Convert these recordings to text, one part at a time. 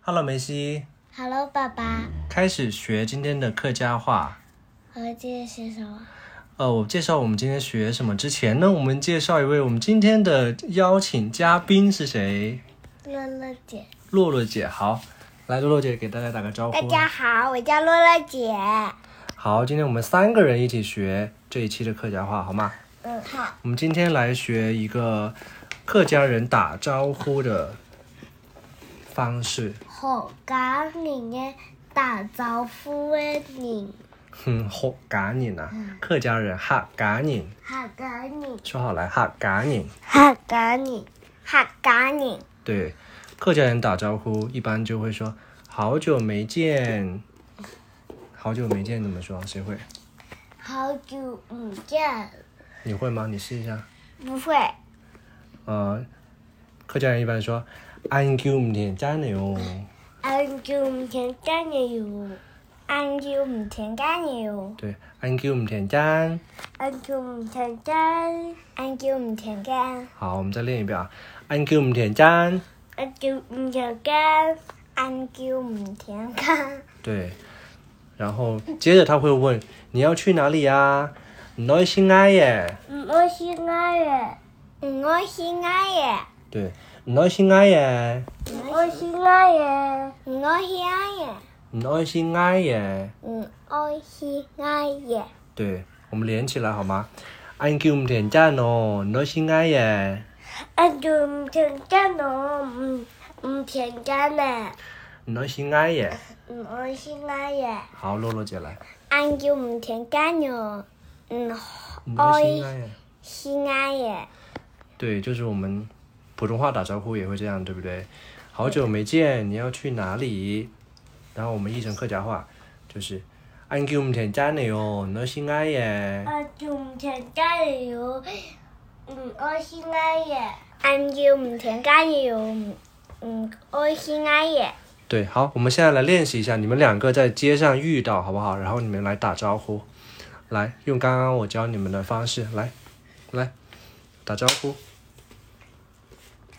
Hello，梅西， Hello，爸爸，开始学今天的客家话。我今天学什么？呃，我介绍我们今天学什么之前呢，我们介绍一位我们今天的邀请嘉宾是谁？乐乐姐。洛洛姐，好，来，洛洛姐给大家打个招呼。好，我叫乐乐姐。好，今天我们三个人一起学这一期的客家话，好吗？嗯，好。我们今天来学一个客家人打招呼的方式。好，咖喱耶，打招呼诶，你哼，好赶紧啊！客家人哈赶紧，哈咖喱，说好来哈赶紧。哈咖喱，哈咖喱，对，客家人打招呼一般就会说好久没见，好久没见怎么说？谁会？好久不见。你会吗？你试一下。不会，呃，客家人一般说安久唔见家你哦。很久不见干你哟，很久不见干你哟，对，安久唔见家。很久不见干，很久不见干，好，我们再练一遍啊。安久唔见家。很久不见干，很久不见干。对，然后接着他会问你要去哪里呀？你心爱耶。唔爱心爱耶，唔爱心爱耶，对，你心爱耶，唔爱心爱耶，唔爱心爱耶，你心爱耶。唔爱心爱耶，对，我们连起来好吗？安久唔点赞哦，你心爱耶。啊就唔停真我唔唔停真咧，你心爱耶。唔爱心爱耶，好，洛洛姐来。俺就唔停真哟，唔你心爱爱耶。心爱耶，对，就是我们普通话打招呼也会这样，对不对？好久没见，你要去哪里？然后我们译成客家话就是安久唔点赞你哦，你心爱耶。啊就唔停真哟，唔爱心爱耶，俺就唔停真哟，唔爱心爱耶。对，好，我们现在来练习一下，你们两个在街上遇到好不好？然后你们来打招呼，来用刚刚我教你们的方式来，来打招呼，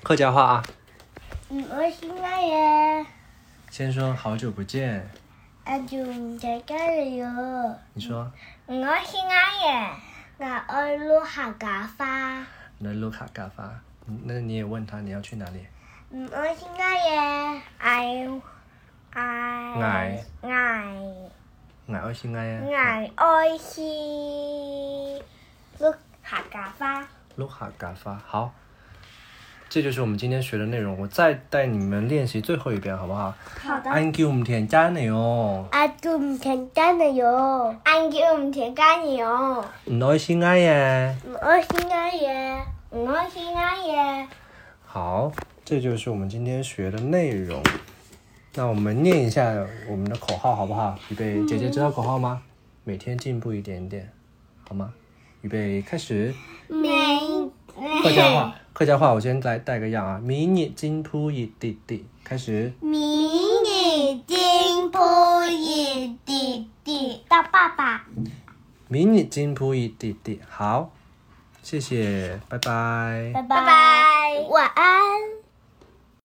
客家话啊，唔爱心爱耶，先说好久不见，阿就唔在家里哟。你说唔啊爱心爱耶，我爱落客家花。那卢卡嘎发，那你也问他你要去哪里？唔啊爱心爱耶，爱爱爱俺要去俺呀，爱爱心落客家花。卢卡嘎发，好。这就是我们今天学的内容，我再带你们练习最后一遍，好不好？好的。安久唔田家你哦，阿就唔停真的哟，俺就唔停真的哟。你心爱呀。唔啊爱心爱耶，唔啊爱心爱耶，好，这就是我们今天学的内容。那我们念一下我们的口号好不好？预备，姐姐知道口号吗？每天进步一点点，好吗？预备，开始。明客家话，客家话，我先来带个样啊。明日进步一点点，开始。明日进步一点点。到爸爸，明日进步一点点，好，谢谢，拜拜。拜拜，晚安。